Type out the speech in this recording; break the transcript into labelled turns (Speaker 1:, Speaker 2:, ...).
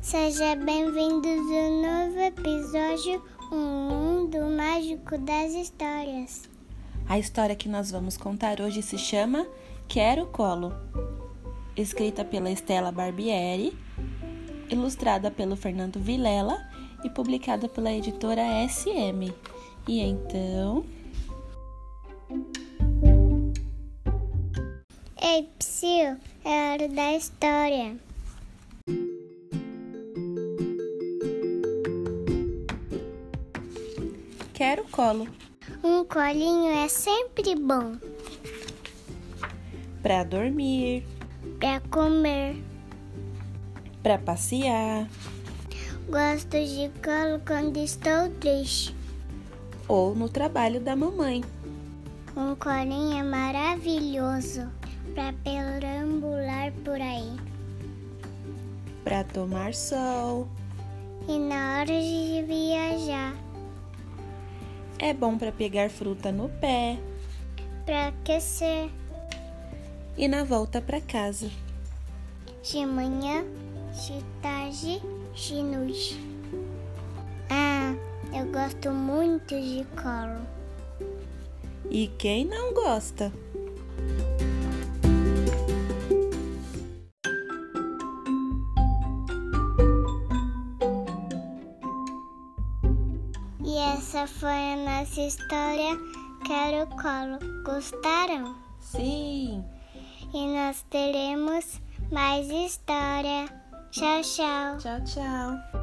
Speaker 1: Seja bem-vindos ao novo episódio Um Mundo Mágico das Histórias.
Speaker 2: A história que nós vamos contar hoje se chama Quero Colo, escrita pela Estela Barbieri, ilustrada pelo Fernando Vilela e publicada pela editora SM. E então,
Speaker 1: Ei, Psyu, é hora da história.
Speaker 2: Quero Colo.
Speaker 1: Um colinho é sempre bom
Speaker 2: Pra dormir,
Speaker 1: pra comer.
Speaker 2: pra passear
Speaker 1: Gosto de colo quando estou triste.
Speaker 2: ou no trabalho da mamãe.
Speaker 1: Um colinho é maravilhoso pra perambular por aí.
Speaker 2: Pra tomar sol,
Speaker 1: E na hora de viajar,
Speaker 2: é bom pra pegar fruta no pé
Speaker 1: pra aquecer.
Speaker 2: e na volta pra casa.
Speaker 1: De manhã, de tarde, de noite. Ah, eu gosto muito de colo.
Speaker 2: E quem não gosta?
Speaker 1: E essa foi a nossa história. Quero colo. Gostaram?
Speaker 2: Sim!
Speaker 1: E nós teremos mais história. Tchau, tchau.
Speaker 2: Tchau, tchau!